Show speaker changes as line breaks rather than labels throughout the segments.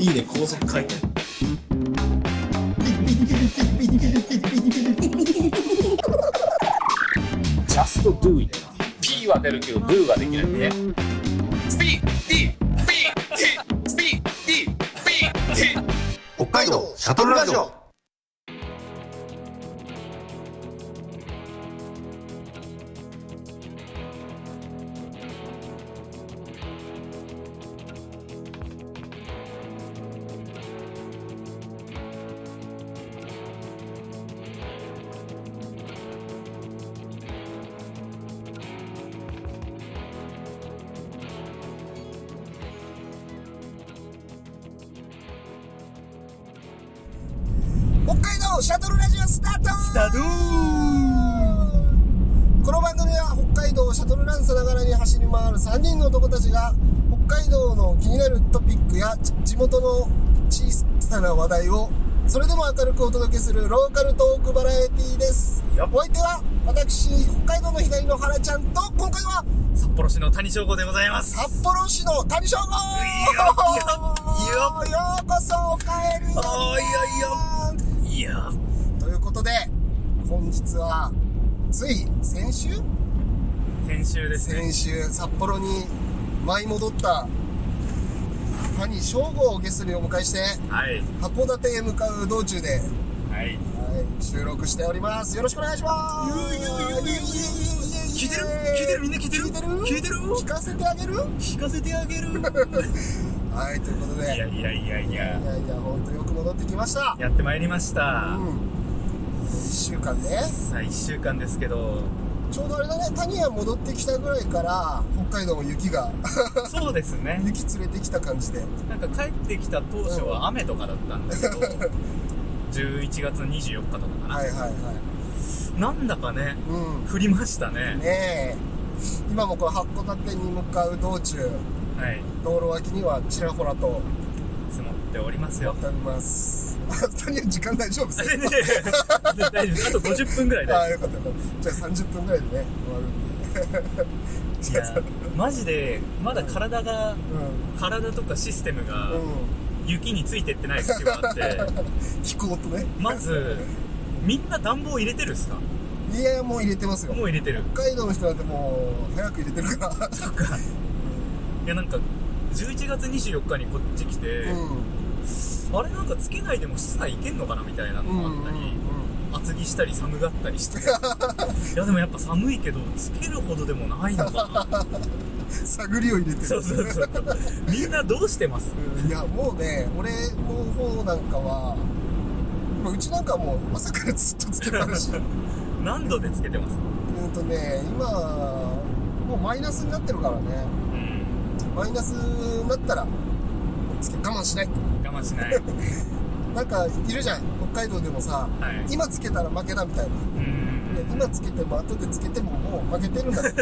いいね、高速回転。
just do it P は出るけど do ができないね P D P T P D P T
北海道シャトルラジオ
北海道シャトルラジオスタート
スタート
この番組は北海道をシャトルランさながらに走り回る3人の男たちが北海道の気になるトピックやち地元の小さな話題をそれでも明るくお届けするローカルトークバラエティーです
よ
お相手は私北海道の左の原ちゃんと今回は
札幌市の谷翔吾でございます。
札幌市の谷翔吾
いいよ
ようこそお帰りなさ
おーい
い
いやー、
ということで本日はつい先週
先週ですね。
先週札幌に舞い戻った谷翔吾をゲストにお迎えして
はい。
函館へ向かう道中で、
はい。
はい、収録しておりますよろしくお願いします
聞いてる聞いてるみんな聞いてる
聞いてる
聞いてる
聞かせてあげ る
聞かせてあげる
はいということでい
いやいやいやいや、
やいや本当よく戻ってきました
やってまいりました。
うん1週間ね
さあ、1週間ですけど、
ちょうどあれだね、谷が戻ってきたぐらいから、北海道も雪が、
そうですね。
雪連れてきた感じで。
なんか帰ってきた当初は雨とかだったんだけど、11月24日とかかな。
はいはいはい。
なんだかね、
う
降りましたね
ん。。ねえ。今もこれ函館に向かう道中、
はい。
道路脇にはちらほらと
積もっておりますよ。
渡ります。 あ谷は時間大丈夫 です
大丈夫。あと50分ぐらい
あ
だ
あ、
よ。
よかったよかった。じゃあ30分ぐらいでね、終わるんで。
いや、マジで、まだ体が、
う
体とかシステムが
ん。う
雪についてってない必要があって、
ん。気候とね。
まず、みんな暖房入れてるっすか
いや、もう入れてますよ。
もう入れてる。
北海道の人なんてもう、早く入れてるから。
そっか。いや、なんか、11月24日にこっち来て、
うん。
あれなんかつけないでも室内行けんのかなみたいなの
うん。
もあったり、厚着したり寒がったりして いやでもやっぱ寒いけどつけるほどでもないの かな
探りを入れてる。
そうそうそうみんなどうしてます
いやもうね俺の方なんかはまあうちなんかもう朝からずっとつけっぱな しう
何度でつけてます
んとね今もうマイナスになってるからね
うん
マイナスになったらつけ我慢しない
我慢しないは
なんかいるじゃん北海道でもさ
い
今つけたら負けだみたいな、ね
うん
今つけても後でつけてももう負けてるんだ
い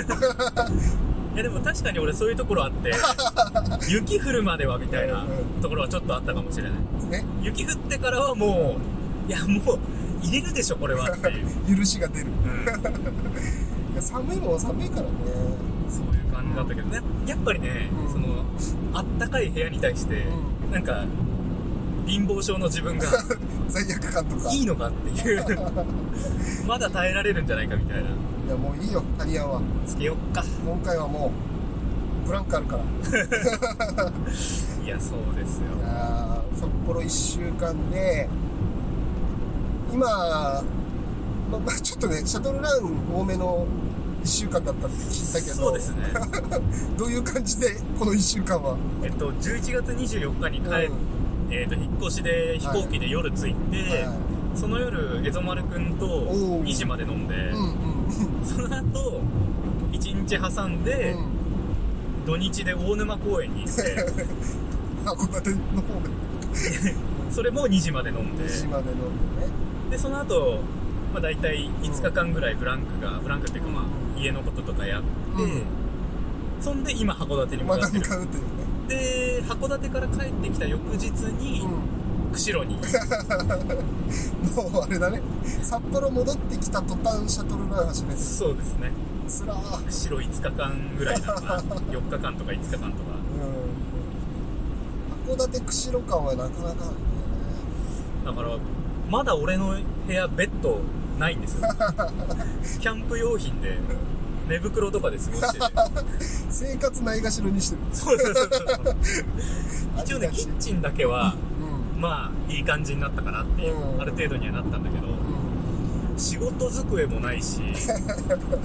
やでも確かに俺そういうところあって 雪降るまではみたいな
う
ところはちょっとあったかもしれない
ね
雪降ってからはもういやもう入れるでしょこれはっ ていう、
許しが出る
うん
いや寒いもんは寒いからね
そういう感じだったけどねやっぱりね、
うん
そのあったかい部屋に対して、
う
なんか貧乏症の 自分が
罪悪感とか
いいのかっていう まだ耐えられるんじゃないかみたいない
やもういいよタリアンは
つけよっか
今回はもうブランクあるから
いやそうですよ
あー札幌1週間で今、ま まあ、ちょっとねシャトルラン多めの1週間だったって聞いたけど
そうです ね
どういう感じでこの1週間は、
えっと11月24日に帰っ
うん
えっと引っ越しで飛行機で夜着いて、
は
その夜エゾ丸くんと
おう
2時まで飲んで、
いうんうん
その後1日挟ん
う
で、
ん
土日で大沼公園に行って
函館の方で
それも2時まで飲んで
2時まで飲んでね
でその後、まあ大体5日間ぐらいブランクがブランクっていうかまあ家のこととかやって、
うん
そんで今函館に向
ま
か
だ
って
向
る
かうというね、
で函館から帰ってきた翌日に釧路に
うん、もうあれだね札幌戻ってきた途端シャトルラン始めて
そうですね
つらー
釧路5日間ぐらいなのかな4日間とか5日間とか
うん、函館釧路間はなかなかあるね
だからまだ俺の部屋ベッドないんです よキャンプ用品で寝袋とかで過ご してて
生活ないがしろにしてる
そうそうそうそう一応ね
ありがち
キッチンだけは
うん
まあいい感じになったかなっていう、
うん
ある程度にはなったんだけ
う
ど
ん
仕事机もな いし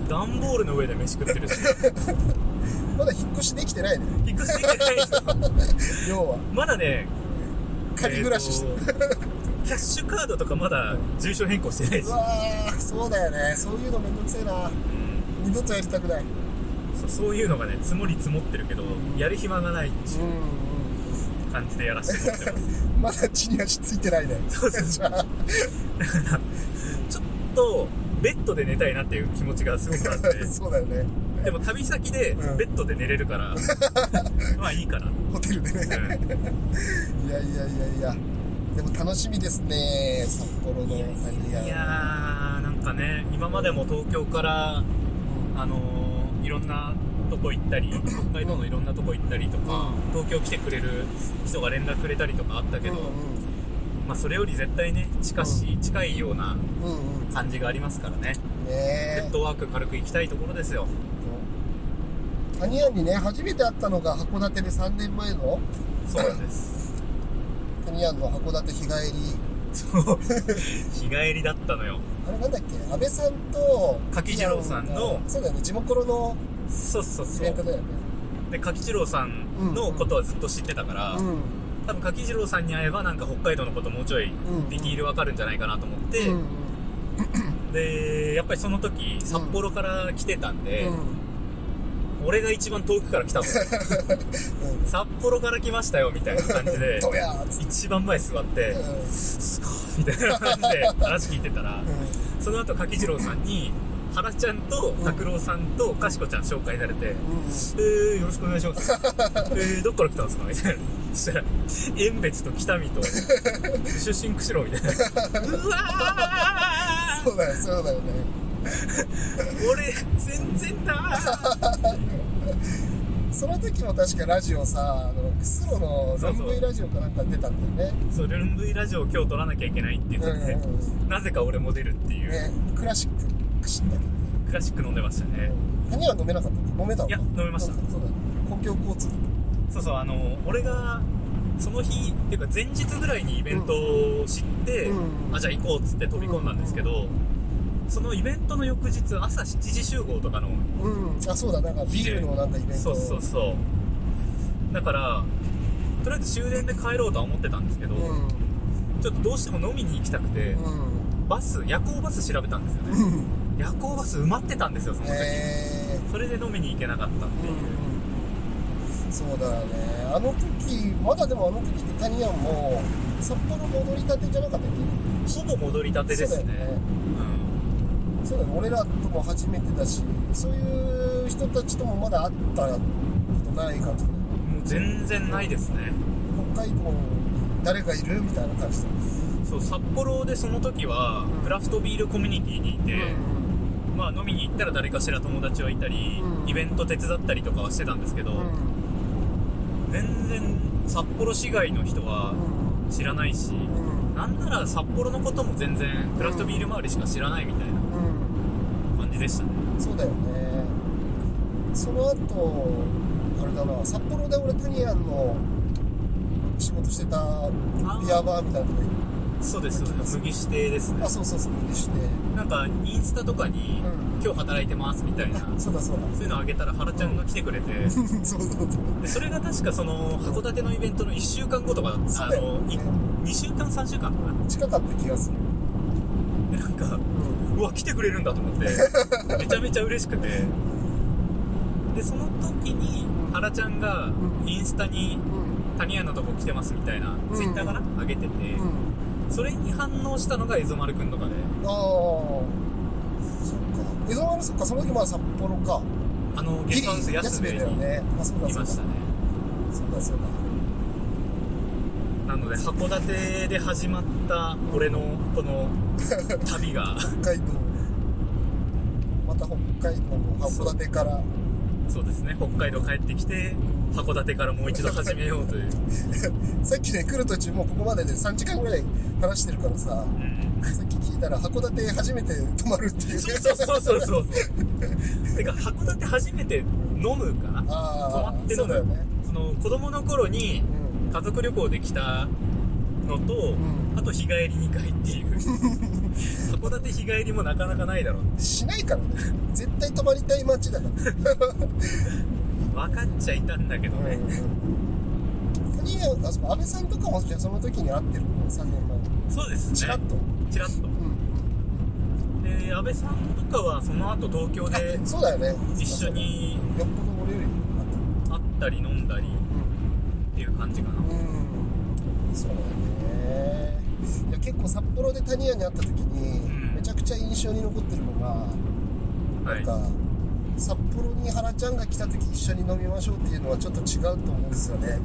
段ボールの上で飯食ってるし
まだ引っ越しできてないね
引っ越していけないんですよ
要は
まだね
仮暮らししてる、
えーとキャッシュカードとかまだ住所変更してないし
う、わーそうだよねそういうのめんどくせえな
うん
二度とやりたくない
そうそういうのがね積もり積もってるけどやる暇がないっていう
う
感じでやらせてもらってます
んまだ地に足ついてないね
そうそうそう
あ
ちょっとベッドで寝たいなっていう気持ちがすごくあっ て
そうだよね
でも旅先で
うん
ベッドで寝れるからまあいいかな、うん
ホテルでねいやいやいやいやでも楽しみですね札幌の旅が
いやーなんかね今までも東京から
うん
あのーいろんなとこ行ったり北海道のいろんなとこ行ったりとか東京来てくれる人が連絡くれたりとかあったけど、まあ、それより絶対ね近し、近いような
うんうんうんうん
感じがありますからねネ
ね
ットワーク軽く行きたいところですよ
え谷屋にね初めて会ったのが函館で3年前の
そうなんです
谷屋の函館日帰り
そう日帰りだったのよ
あれなんだっけ安倍さんと
柿次郎さんの
そうだよね地元の
そうそう
イ
そ
ベント
う
だよね
で柿次郎さんのことはずっと知ってたから、
うん
多分柿次郎さんに会えばなんか北海道のこともうちょい
うん
ディティールわかるんじゃないかなと思って、
うん
でやっぱりその時札幌から来てたんで、
うんうん
俺が一番遠くから来たの札幌から来ましたよみたいな感じで
どやーっつって
一番前座って
うん
「すごい」みたいな感じで話聞いてたらその後柿次郎さんに原ちゃんと拓郎さんとかしこちゃん紹介されて
うんうん
「えー、よろしくお願いし ます」「えー、どっから来たんですか?」みたいなそしたら「遠別と北見と出身釧路」みたいな「うわー
そうだよそうだよね
俺全然だー
その時も確かラジオさあのスロの
そうそう
論イラジオかなんか出たんだよね」
そう「ルンブイラジオ今日撮らなきゃいけない」って言ってて、
うんうんうん
なぜか俺も出るっていう、
ねクラシックしんだけどね
クラシック飲んでましたね、
谷は飲めなかったの飲めたの
いや飲めまし
そ
た
うだね公共交通
そうそうあの俺がその日っていうか前日ぐらいにイベントを知って、
うん
あじゃあ行こうっつって飛び込んだんですけど、そのイベントの翌日朝7時集合とかの
うんあそうだなんかビールのなんかイベント
そうそうそうだからとりあえず終電で帰ろうとは思ってたんですけど、
うん
ちょっとどうしても飲みに行きたくて、
うん
バス夜行バス調べたんですよね、夜行バス埋まってたんですよその時、
え
それで飲みに行けなかったっていう、
ーそうだよねあの時まだでもあの時って谷はもう札幌戻りたてじゃなかったっ
ほぼ戻りた
け
てです
そう
ね
だよ
うん
そうだね俺らとも初めてだしそういう人たちともまだ会ったことない感じで
もう全然ないですね
北海道に誰かいるみたいな感じで、
そう札幌でその時はクラフトビールコミュニティにいて、まあ飲みに行ったら誰かしら友達はいたり、
うん
イベント手伝ったりとかはしてたんですけど、
うん
全然札幌市外の人は知らないし、
うん
なんなら札幌のことも全然クラフトビール周りしか知らないみたいな
うん
感じでしたね
そうだよねその後あれだな札幌で俺タニアンの仕事してたビアバーみたいなとこ行っ
そうですそうです麦指定です
て
ね
あそうそうそうにして
なんかインスタとかに、
うん
今日働いてますみたいなそ
そうだそうだ
ういうのあげたら原ちゃんが来てくれて、
そうそうそう
でそれが確かその函館のイベントの1週間後とかだった
そ
あ
うだよ
の
ね
2週間3週間とか
近かった気がする
でなんかうわ来てくれるんだと思ってめちゃめちゃ嬉しくてでその時に原ちゃんが
うん
インスタに
うん
「谷屋のとこ来てます」みたいな、
うん
ツイッターかな上げてて、
うん
それに反応したのが蝦夷丸くんとかで
ああそっか江戸丸そっかその時まだ札幌か
あのゲストハウス安部
だよ
に
ねあそうだ
い
そう
ま
だ
したね
そうだそうだ
なので函館で始まった俺のこの旅が
北海道また北海道の函館から
そうですね北海道帰ってきて函館からもう一度始めようという、
さっきね来る途中もうここまでで3時間ぐらい話してるからさ
うん、
さっき聞いたら函館初めて泊まるっていう
そうそうそうそうそうそうてか函館初めて飲むかな
あ
泊まっ
あ
て飲
そうだよ
む
ね
その子供の頃に
うん
家族旅行で来たのと、
ん
あと日帰り2回っていう函館日帰りもなかなかないだろう
しないからね絶対泊まりたい街だから
分かっちゃいたんだけどね、
他にあそう安倍さんとかもじゃあその時に会ってるの3年前
そうですね
チラッと、
チラッとで安倍さんとかはその後東京で
うんそうだよね
一緒に
よっぽど俺より会ってる
会ったり飲んだりっていう感じかな
うんそうだねいや結構札幌で谷屋に会った時
うん
にめちゃくちゃ印象に残ってるのが、
は
な
い
んか札幌に原ちゃんが来た時一緒に飲みましょうっていうのはちょっと違うと思うんですよね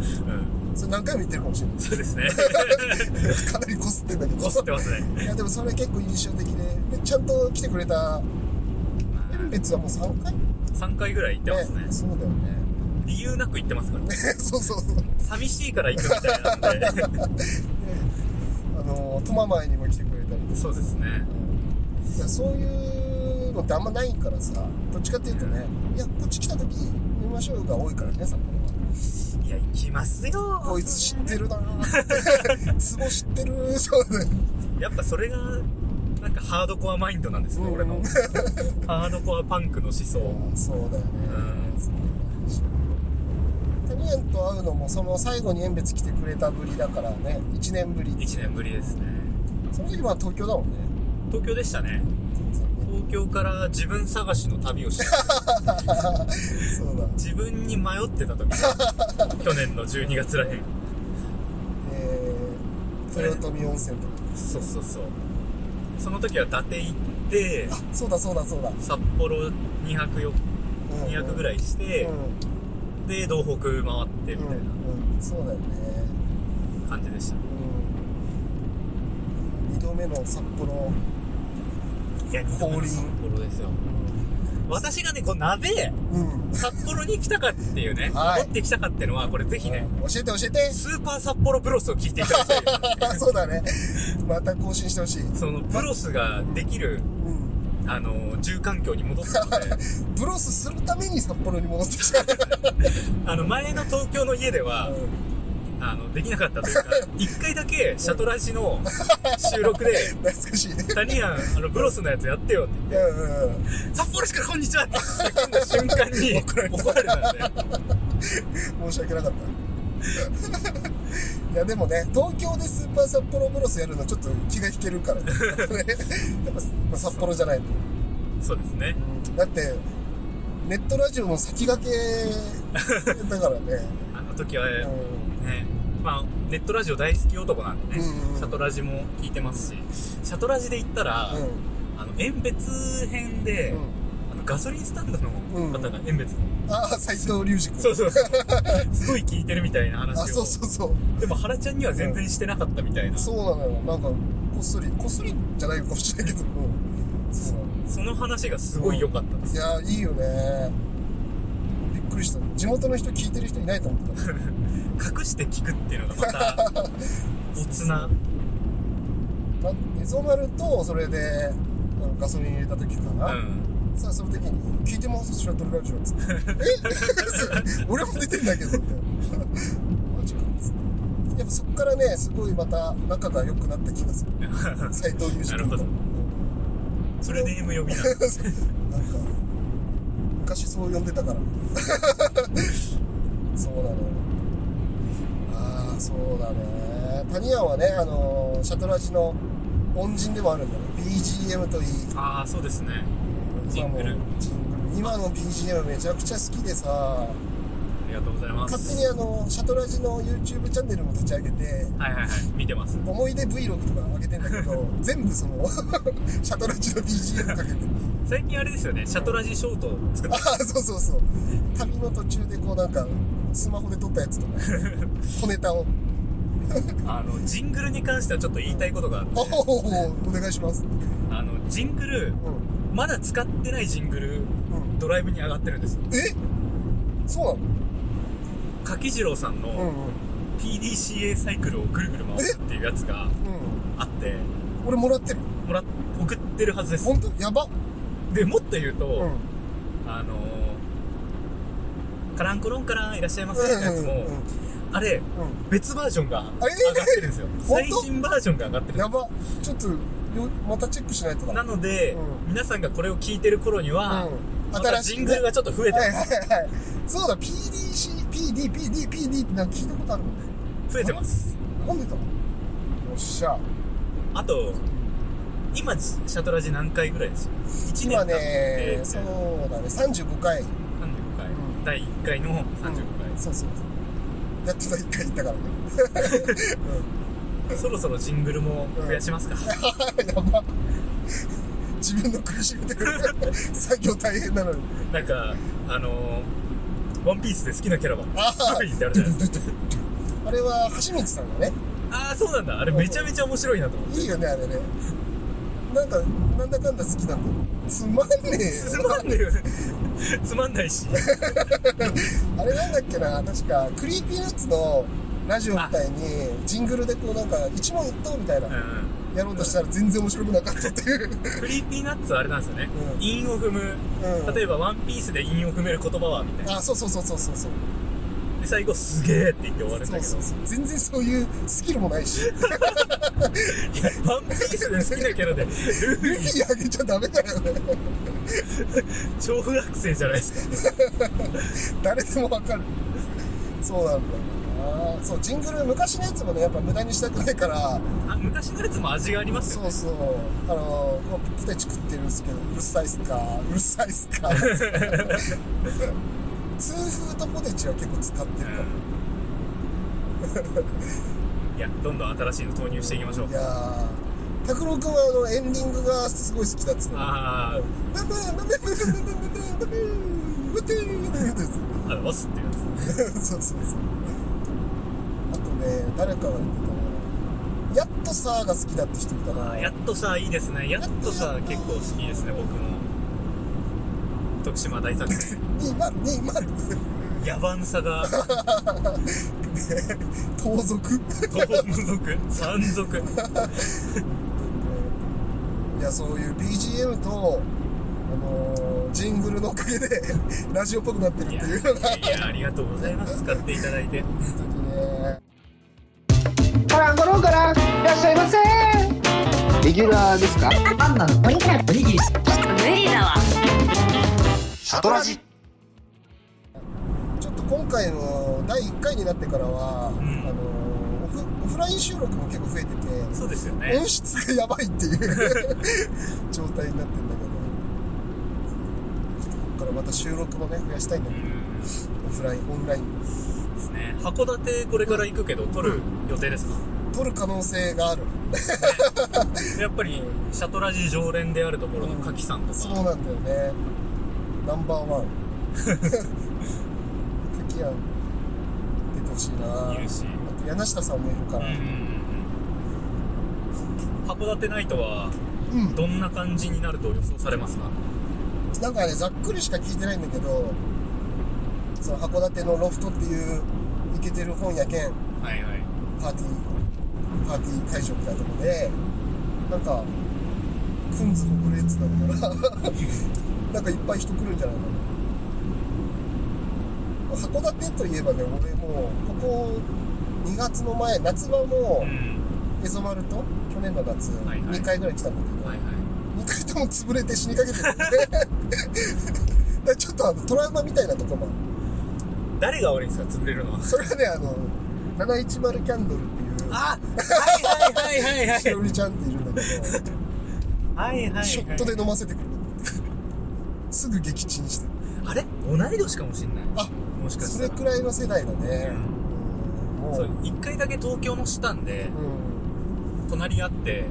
うん
それ何回も言ってるかもしれない
そうですね
かなりこすってんだけど
こすってますね
いやでもそれ結構印象的ででちゃんと来てくれた遠別はもう3回
3回ぐらい行ってますね
そうだよね
理由なく行ってますからね
そうそうそう
寂しいから行くみたいなん で
あのトマ前にも来てくれたりとか
そうですね
いやそういうのってあんまないからさどっちかっていうとねいやこっち来た時飲みましょうが多いからね札幌
いや行きますよ
はこいつ知ってるなーって ツボ知ってるそうだよ
やっぱそれがなんかハードコアマインドなんですね、俺のハードコアパンクの思想
そうだよね
うん
そうだよねタニアンと会うのもその最後に縁別来てくれたぶりだからね1年ぶり
1年ぶりですね
その時は東京だもんね
東京でしたね
全然ね
東京から自分探しの旅 をして
そうだ
自分に迷って た時去年の12月らへん
えー、豊臣温泉とか
そうそうそうその時は伊達行って
あそうだそうだそうだ
札幌2泊4 2泊ぐら
い
いして
う、ん
で道北回ってみ
う
た
んう
い
ん、そうだよね
な感じでした、
うん2度目の札幌、
いや2度目の札幌ですよ私がねこうなぜ
うん、
札幌に来たかっていう ね、
はい
持ってきたかっていうのはこれぜひね、
教えて教 えて
スーパー札幌ブロスを聞いてい ただきたい
あそうだねまた更新してほしい、う
そのブロスができる
ん、
あの住環境に戻ったの で
ブロスするために札幌に戻ってきた、
あの前の東京の家では、
う
あのできなかったという か一回だけシャトラジの収録で
ん、懐かしい
「タニアンあのブロスのやつやってよ」って言って
うんうんうん
「札幌市からこんにちは」って叫んだ瞬間に 怒られたんで
申し訳なかった いやでもね東京でスーパー札幌ブロスやるのちょっと気が引けるからね やっぱまあ札幌じゃないと、
そうですね
だってネットラジオの先駆けだ からね、
あの時は
うん、
ね、まあネットラジオ大好き男なんでね、
うんうん
シャトラジも聞いてますしシャトラジで言ったら、あの遠別編で、
うんうん
あのガソリンスタンドの方が遠別、
ああ斎藤隆二君
そうそうそうすごい聞いてるみたいな話を
あそうそうそう
でも原ちゃんには全然してなかったみたいな、
そうなのよなんかこっそりこっそりじゃないかもしれないけど、うん、そう
その話がすごい良かったです、
いやーいいよねびっくりした地元の人聞いてる人いないと思ってた
隠して聞くっていうのがま たおつな
なんエゾマルとそれであのガソリン入れた時か
う
な、
ん
さあその時に「聞いてますシャトルラジオ」っつって「え 俺も出てんだけど」ってマジかっつってやっぱそっからねすごいまた仲が良くなった気がする斎藤裕二君と
なるほどそれで M 呼びな
なんか昔そう呼んでたから そうなのよああそうだね谷屋はねあのシャトラジの恩人でもあるんだね BGM といい
ああそうですねジングル
今の BGM めちゃくちゃ好きでさ
ありがとうございます
勝手にあのシャトラジの YouTube チャンネルも立ち上げて
はいはいはい見てます
思い出 Vlog とか上げてんだけ ど全部その シャトラジの BGM かけてる
最近あれですよねシャトラジショート作っ
あ
て
あそうそうそう旅の途中でこうなんかスマホで撮ったやつと か小ネタを
あのジングルに関してはちょっと言いたいことがあって
おおお願いします
あのジングル
うん
まだ使ってないジングル
うん
ドライブに上がってるんですよ
えそう
柿次郎さん
なの
の PDCA サイクルをぐるぐる回すっていうやつが
うんうんうん
あって
俺もらってる
もらっ送ってるはずです
本当やば
でもっと言うと、
うん
あのーカランコロンカランいらっしゃいませってやつも、
うんうん
あれ
う
別バージョンが
え
上
ー
がってるんですよ、最新バージョンが上がってる
んやばちょっとよまたチェックしないとだ
なので、
うん
皆さんがこれを聞いてる頃には、
うん
また
新しい
ジ
ね
ングルがちょっと増えて
はい
ま
はい
す、
はいそうだ PDC PDPDPD ってなんか聞いたことあるもんね
増えてます
なんでだよっしゃ
あと今シャトラジ何回ぐらいですか1年
今
経っ
ね
て
そう
35
だね35回
回、
うん
第1回の35回、
そうそうそうやってた一回行ったからね
そろそろジングルも増やしますか、
やば自分の苦しみで 作業大変なのに
なんかあのー、ワンピースで好きなキャラは
あー
ルフィってあるじゃないですか
あれは橋光さんがね
ああそうなんだあれめちゃめちゃ面白いなと思って
いいよねあれねなんかなんだかんだ好きなんだよつまんねえ
つ
よ
まんねえよねつまんないし
あれなんだっけな確かクリーピーナッツのラジオみたいにジングルでこうなんか一問一答みたいな
うん
やろうとしたら全然面白くなかったっていう、
クリーピーナッツはあれなんですよね、
うん
韻を踏
う
む
ん、
例えば「ワンピースで韻を踏める言葉はみたいな
あそうそうそうそうそうそう
で最後「すげえ」って言って終わるん
そ
だ
う
けど
そうそう全然そういうスキルもないし
いやワンピースで好きなキャラでルフ
ルフ
ィ
ィあげちゃダメだよね
超不学生じゃないですか
誰でもわかるそうなんだよなそうジングル昔のやつもねやっぱ無駄にしたくないから
あ昔のやつも味がありますよ
そうそうあのまあポテチ食ってるんですけどうるさいっすかうるさいっすか痛風とポテチは結構使ってるから、
うんいやどんどん新しいの投入していきましょう
いやー拓郎君はあのエンディングがすごい好きだっつってた
あ
ブンブンブンブンブンブンブンブンブンブンブンブンブンブンブンブンブンブン
ーあ押すってやつ
そうそうそうあとね誰かが言ってたなやっとさーが好きだって人いた
あ
な
ーやっとさいいですねやっとさ結構好きですね僕も徳島大作戦
2020
野蛮さが
盗賊
盗賊山賊
いやそういう BGM とあのージングルのおかげで ラジオっぽくなってるっ
い
て
や
いうのが
いやありがとうございます使っていただいて
ね
カランコロンからいらっしゃいませレギュラーですか
無理だわ
シャトラジ
ちょっと今回の第1回になってからは、
ん
あのオフオフライン収録も結構増えてて
そうですよね
音質がやばいっていう 状態になってんだけどここからまた収録もね増やしたいんだ
う
けど
ん
オフラインオンライン
ですね函館これから行くけど撮る予定ですか
撮る可能性がある
やっぱりシャトラジ常連であるところのカキさんと
そう
か
なんだよねナンバーワン かきやん出てほしいない
るし
あと柳下さんもいるか
う
ら、
ん函館ナイトは
うん
どんな感じになると予想されますか
なんかねざっくりしか聞いてないんだけどその函館のロフトっていうイケてる本屋兼
はいはい
パーティーパーティー会場みたいなとこでなんかくんずほぐれって たからなんかいっぱい人来るんじゃないかな函館といえばね俺もうここ2月の前夏場
う
も
ん
エゾマルと去年の夏
はいはい
2回ぐらい来たんだけど、
はいはい
2回とも潰れて死にかけてるんで だからちょっとあのトラウマみたいなとこもある
誰が悪いんですか潰れるのは
それはねあの710キャンドルっていう
あはいはいはいはい
しおりちゃんっているんだけど
はいはいはい
ショットで飲ませてくる。 すぐ撃沈して。
あれ同い年かもしんない
あ
もしかし
そ
た
れ
ら
くらいの世代だね。うんもう、
そうう一回だけ東京もしたんで
ん。うん。
隣あって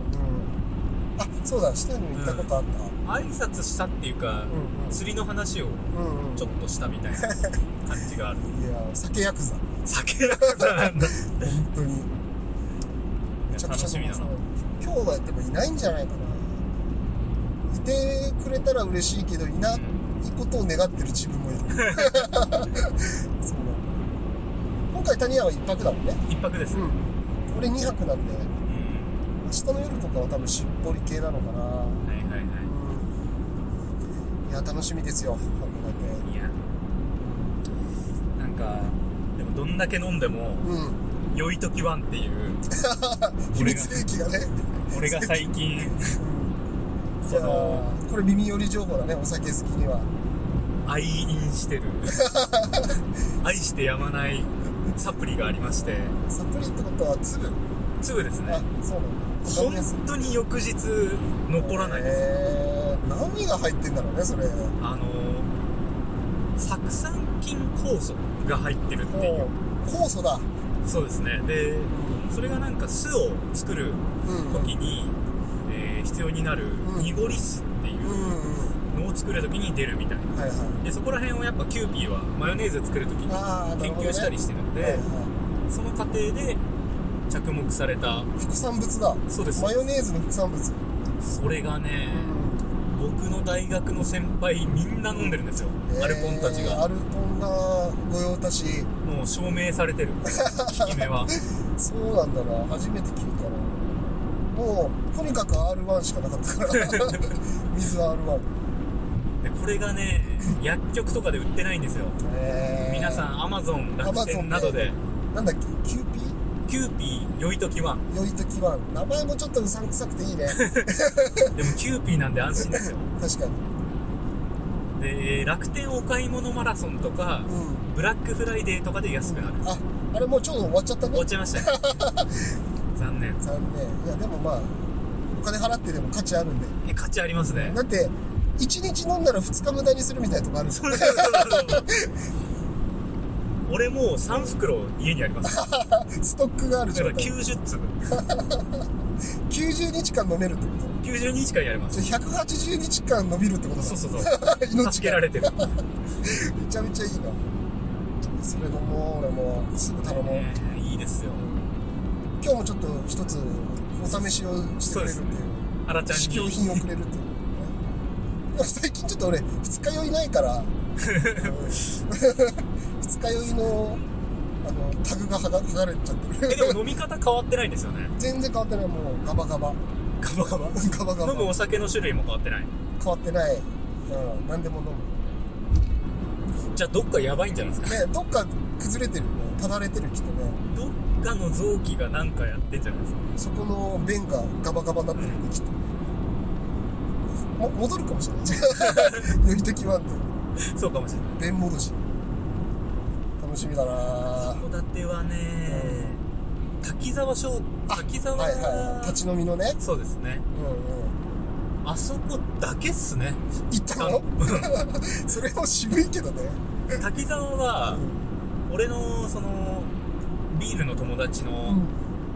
あ、そうだ、下にも行ったことあった。うん
挨拶したっていう
う
か
ん
釣りの話を
うんうん
ちょっとしたみたいな感じがある
いや、酒ヤクザ。本
酒楽さなんだ
当に。めちゃく
楽
ちゃ
しみだな
今日はでもいないんじゃないかな。いてくれたら嬉しいけど、いな、いことを願ってる自分 もいるそう今回谷屋は1泊だもんね
一泊です、うん
俺2泊なんで明日の夜とかは多分しっぽり系なのかな
はいはいはい
うんいや楽しみですよ函館
いやなんかでもどんだけ飲んでも
うん
「酔いときワン」っていう
秘密兵器がね
俺が最近
いや
その
ーこれ耳寄り情報だねお酒好きには
愛飲 してる愛してやまないサプリがありまして
サプリってことは粒
粒です
あ
ね
そうなんだ
本当に翌日残らないです、
えー、何が入ってんだろうねそれほ
あの酢酸菌酵素が入ってるっていう
う酵素だ
そうですねでそれがなんか酢を作る
うん
時に、えー必要になる
うん
濁り酢ってい
うんう
うんのを作る時に出るみたいな
はいはい
でそこら辺をやっぱキューピーはマヨネーズ作る時に
あーなる
研
ほどね
究したりしてるので、
はいはい
その過程で着目された
副産物だ
そうです
マヨネーズの副産物
それがね、僕の大学の先輩みんな飲んでるんですよ、アルコンたち
えーア
が
ルコンが御用達
もう証明されてる効き目 は
そうなんだな初めて聞いたなもうとにかく R1 しかなかったから 水は R1
でこれがね薬局とかで売ってないんですよ
えー
皆さんアマゾン楽
Amazon
天
で
などで
なんだっけキューピー
キューピー良いときは
よいときは名前もちょっとうさんくさくてい いね
でもキューピーなんで安心ですよ
確かに
で楽天お買い物マラソンとか
うん
ブラックフライデーとかで安くなる
ああれもうちょうど終わっちゃったね
終わっちゃい ましたね残念
残念いやでもまあお金払ってでも価値あるんで
え価値ありますね
だって1日飲んだら2日無駄にするみたいなとこあるんです
そうそうそうそう俺もう3袋家にありますだ
ストックがある
か
状
ら
態
90粒
90日間飲めるってこと
90日間やります
じゃあ180日間伸びるってことだ
そうそうそう
命が
助けら れてる
めちゃめちゃいいなそれ飲もう俺もすぐ頼もう
ねえいいですよ
今日もちょっと一つお試しをしてくれるっていう
そうですあらちゃん
試供
に
品をくれるっていうね でも最近ちょっと俺二日酔いないからあ の二日酔いのあのタグが剥が剥がれちゃって
え
る
でも飲み方変わってないんですよね
全然変わってないもうガバガバ
ガバガバ
ガバガバ
飲むお酒の種類も変わってない
変わってない、うん、何でも飲む
じゃあどっかやばいんじゃないですか
ねどっか崩れてるねただれてるきっとね
どっかの臓器がなんかやってんじゃないです
そ
か
この便がガバガバになってるねきっとも戻るかもしれない 酔いときはんで
そうかもしれない
便戻し楽しみだな
函館はね滝沢商滝沢
はいはい立ち飲みのね
そうですね
うんうん
あそこだけっすね
行ったのそれも渋いけどね
滝沢は俺のそのビールの友達
う
の
ん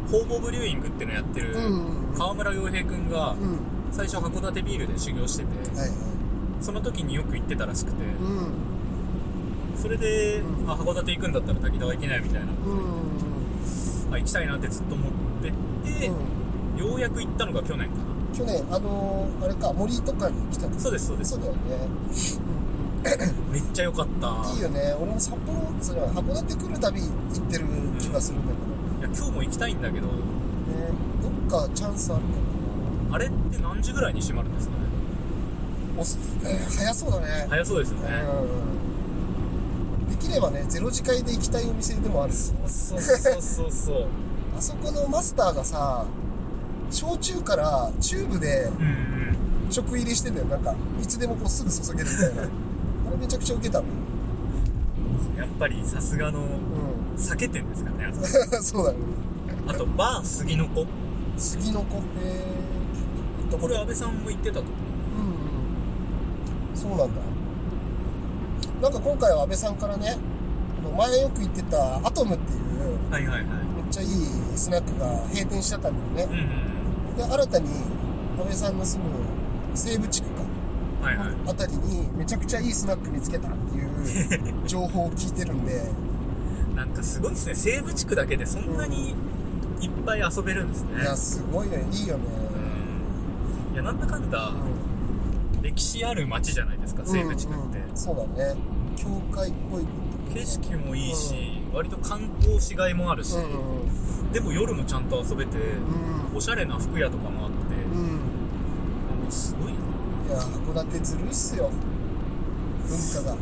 ホームブリューイングっていうのやってる
うん
川村洋平くんが
うん
最初函館ビールで修行してて
はいはい
その時によく行ってたらしくて
うん
それで
う、ん
あ、函館行くんだったら滝沢行けないみたいな
うん
あ行きたいなってずっと思ってて、
うん
ようやく行ったのが去年かな
去年あのーあれか森とかに来たの
そうですそうです
そうだよね
めっちゃ良かった
いいよね俺も札幌それは函館来るたび行ってる気がするんだけど
いや今日も行きたいんだけど
ねどっかチャンスあるか
あれって何時ぐらいに閉まるんですかね
なおす、えー早そうだね
早そうですよね、
うんできればねゼロ次会で行きたいお店でもある
そうそうそう そう
あそこのマスターがさ焼酎からチューブで
うんうん
食入りしてんだよなんかいつでもこうすぐ注げるみ たいなあれめちゃくちゃウケたの
やっぱりさすがの
う
酒店ですからねあそこ
ん そうだね
あとバー杉の子
杉の子えー、
これ安倍さんも行ってたと思
うんそうなんだなんか今回は安倍さんからねあの前よく行ってたアトムっていう
うはいはいはい
めっちゃいいスナックが閉店しちゃったんだよ
う
ね
んうん
で新たに安倍さんの住む西部地区か
うんはいはい
あたりにめちゃくちゃいいスナック見つけたっていう情報を聞いてるんで
なんかすごいですね西部地区だけでそんなにいっぱい遊べるんですね
いやすごいねいいよね
うんいやなんだかんだ
うん
歴歴史ある町じゃないですか西部地区って、
うんうんそうだね教会っぽい
景色もいいし、割と観光市街もあるし、
うん
でも夜もちゃんと遊べて、
う
おしゃれな服屋とかもあっ
ん、
て、
うん
なんかすごいな、
いや函館ずるいっすよ文化が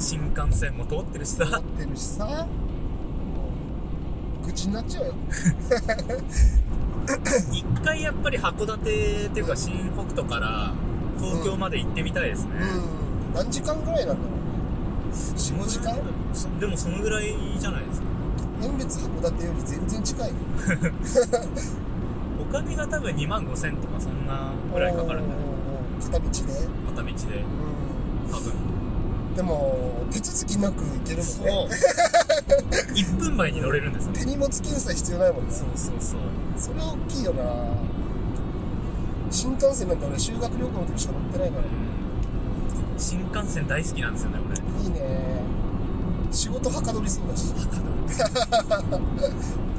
新幹線も通ってるしさ
ってるしさ愚痴になっちゃうよ
一回やっぱり函館っていうか新北斗から東京まで行ってみたいですね、
うん何時間ぐらいなんだろう45時間
そでもそのぐらいじゃないですか
遠別函館より全然近いよ
お金が多分2万5000とかそんなぐらいかかるんだね
うん片道で、
片道で多分
うん、でも手続きなく行けるもんね
そう1分前に乗れるんですよ
手
ね
荷物検査必要ないもんね
そうそうそう
それ大きいよな新幹線なんか俺修学旅行の時しか乗ってないから
うん新幹線大好きなんですよね
い
俺
いね仕事はかどりそうだし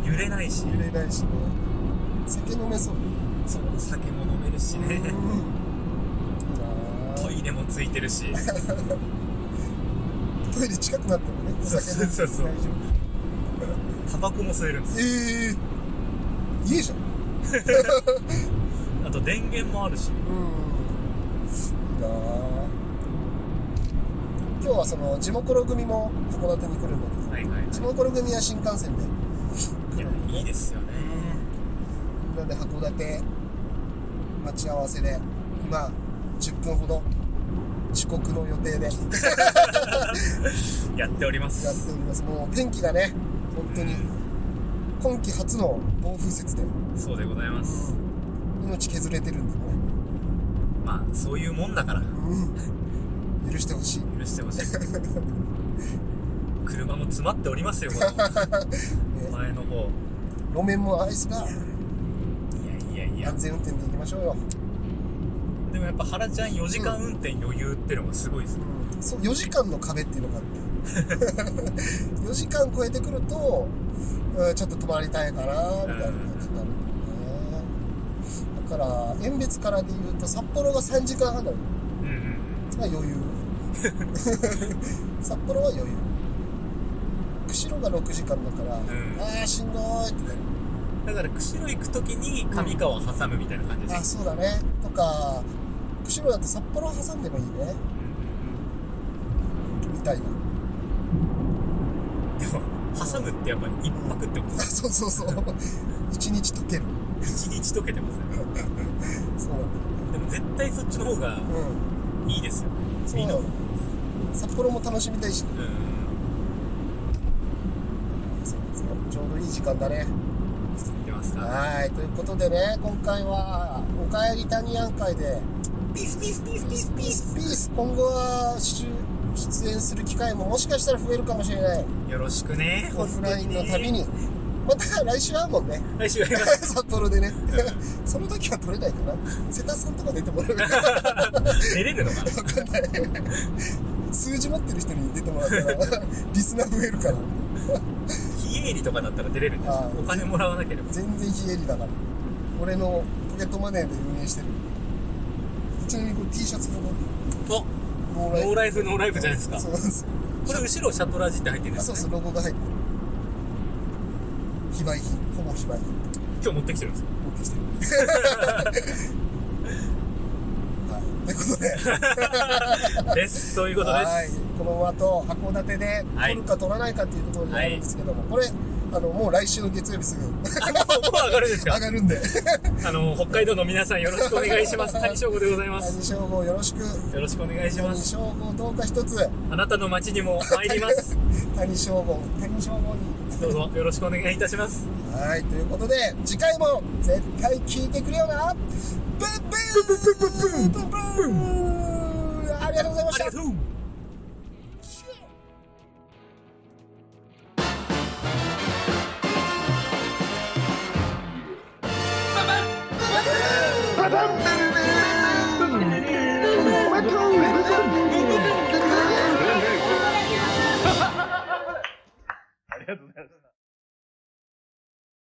揺れないし
揺れないしね酒飲めそう
そう酒も飲めるしね
うんいいな
トイレもついてるし
トイレ近くなってもねお
そう
酒
そ
で
うそうそうタバコも吸えるんですよ
ええ家じゃん
あと電源もある
う
し
んいいな今日はその地元の組も函館に来るんだけど
はいはい
地元の組は新幹線で
いやいいですよね
なので函館待ち合わせで今10分ほど遅刻の予定でやって
やっております
おりますもう天気がね本当に今季初の暴風雪で
そうでございます
命削れてるんでね、
まあそういうもんだから
うん、許してほしい
許してほ しい車も詰まっておりますよこの 前の方
路面もアイスが
いやいやいや
安全運転で行きましょうよ、
でもやっぱ原ちゃん4時間運転余裕ってのがすごいですね
そう4時間の壁っていうのがあって4時間超えてくると、うんちょっと泊まりたいかなみたいな感じになるんだよねだから遠別からで言うと札幌が3時間半なの
うんうん
まあ余裕 札幌は余裕釧路が6時間だから、
ん
ああしんどいってなる
だから釧路行く時に上川を挟むみたいな感じで
あ
す、
そうだねとか釧路だと札幌挟んでもいいねみたいな
でも挟むってやっぱ一泊ってこ と
そうそうそう1日溶ける
一日溶けてますね
そうなんだよ
でも絶対そっちの方が
う
いいですよね
ん、そう
みん
な
な
の札幌も楽しみたいし、
うん
そうですよちょうどいい時間だね。
出ますか
はい、ということでね、今回は、おかえりタニアン会で、
ピースピースピースピースピース
ピース、今後は出出演する機会ももしかしたら増えるかもしれない。
よろしくね
オフラインの旅に
本。
また来週会うもんね。
当に来週やります
札幌でね。 その時は撮れないかな。瀬田さんとか出てもらえるかな
出れるのかな
数字持ってる人に出てもらったら、 リスナー増えるから。
非営利とかだったら出れるんです
あ
か
ー
お金もらわなければ
全然非営利だから俺のポケットマネーで運営してるちなみにこれ T シャツもね
お
ノ
ノー
イ
ライフノーライフじゃないですか
そうなんですよ
これ後ろシャトラジって入ってるんで
あ
す
そう
ね
そうロゴが入ってる非売品ほぼ非売品持
今日持ってきてるんですよ
ってきてるはいということで
ですそういうことで
はい
す
この後函館で取るか取らないかっていうところになるんですけども、これあのもう来週の月曜日すぐ
あもうもう上がるんです
上
か
がるんで
あの北海道の皆さんよろしくお願いします谷翔吾でございま
谷
す
称号よろしく
よろしくお願いしま
谷
す
称号どうか一つ
あなたの町にも参ります
谷消防谷消防に
どうぞよろしくお願いいたします
はいということで次回も絶対聞いてくれよなブンブンブンブンブンブンありがとうございま
あ
した
りがとう
ババン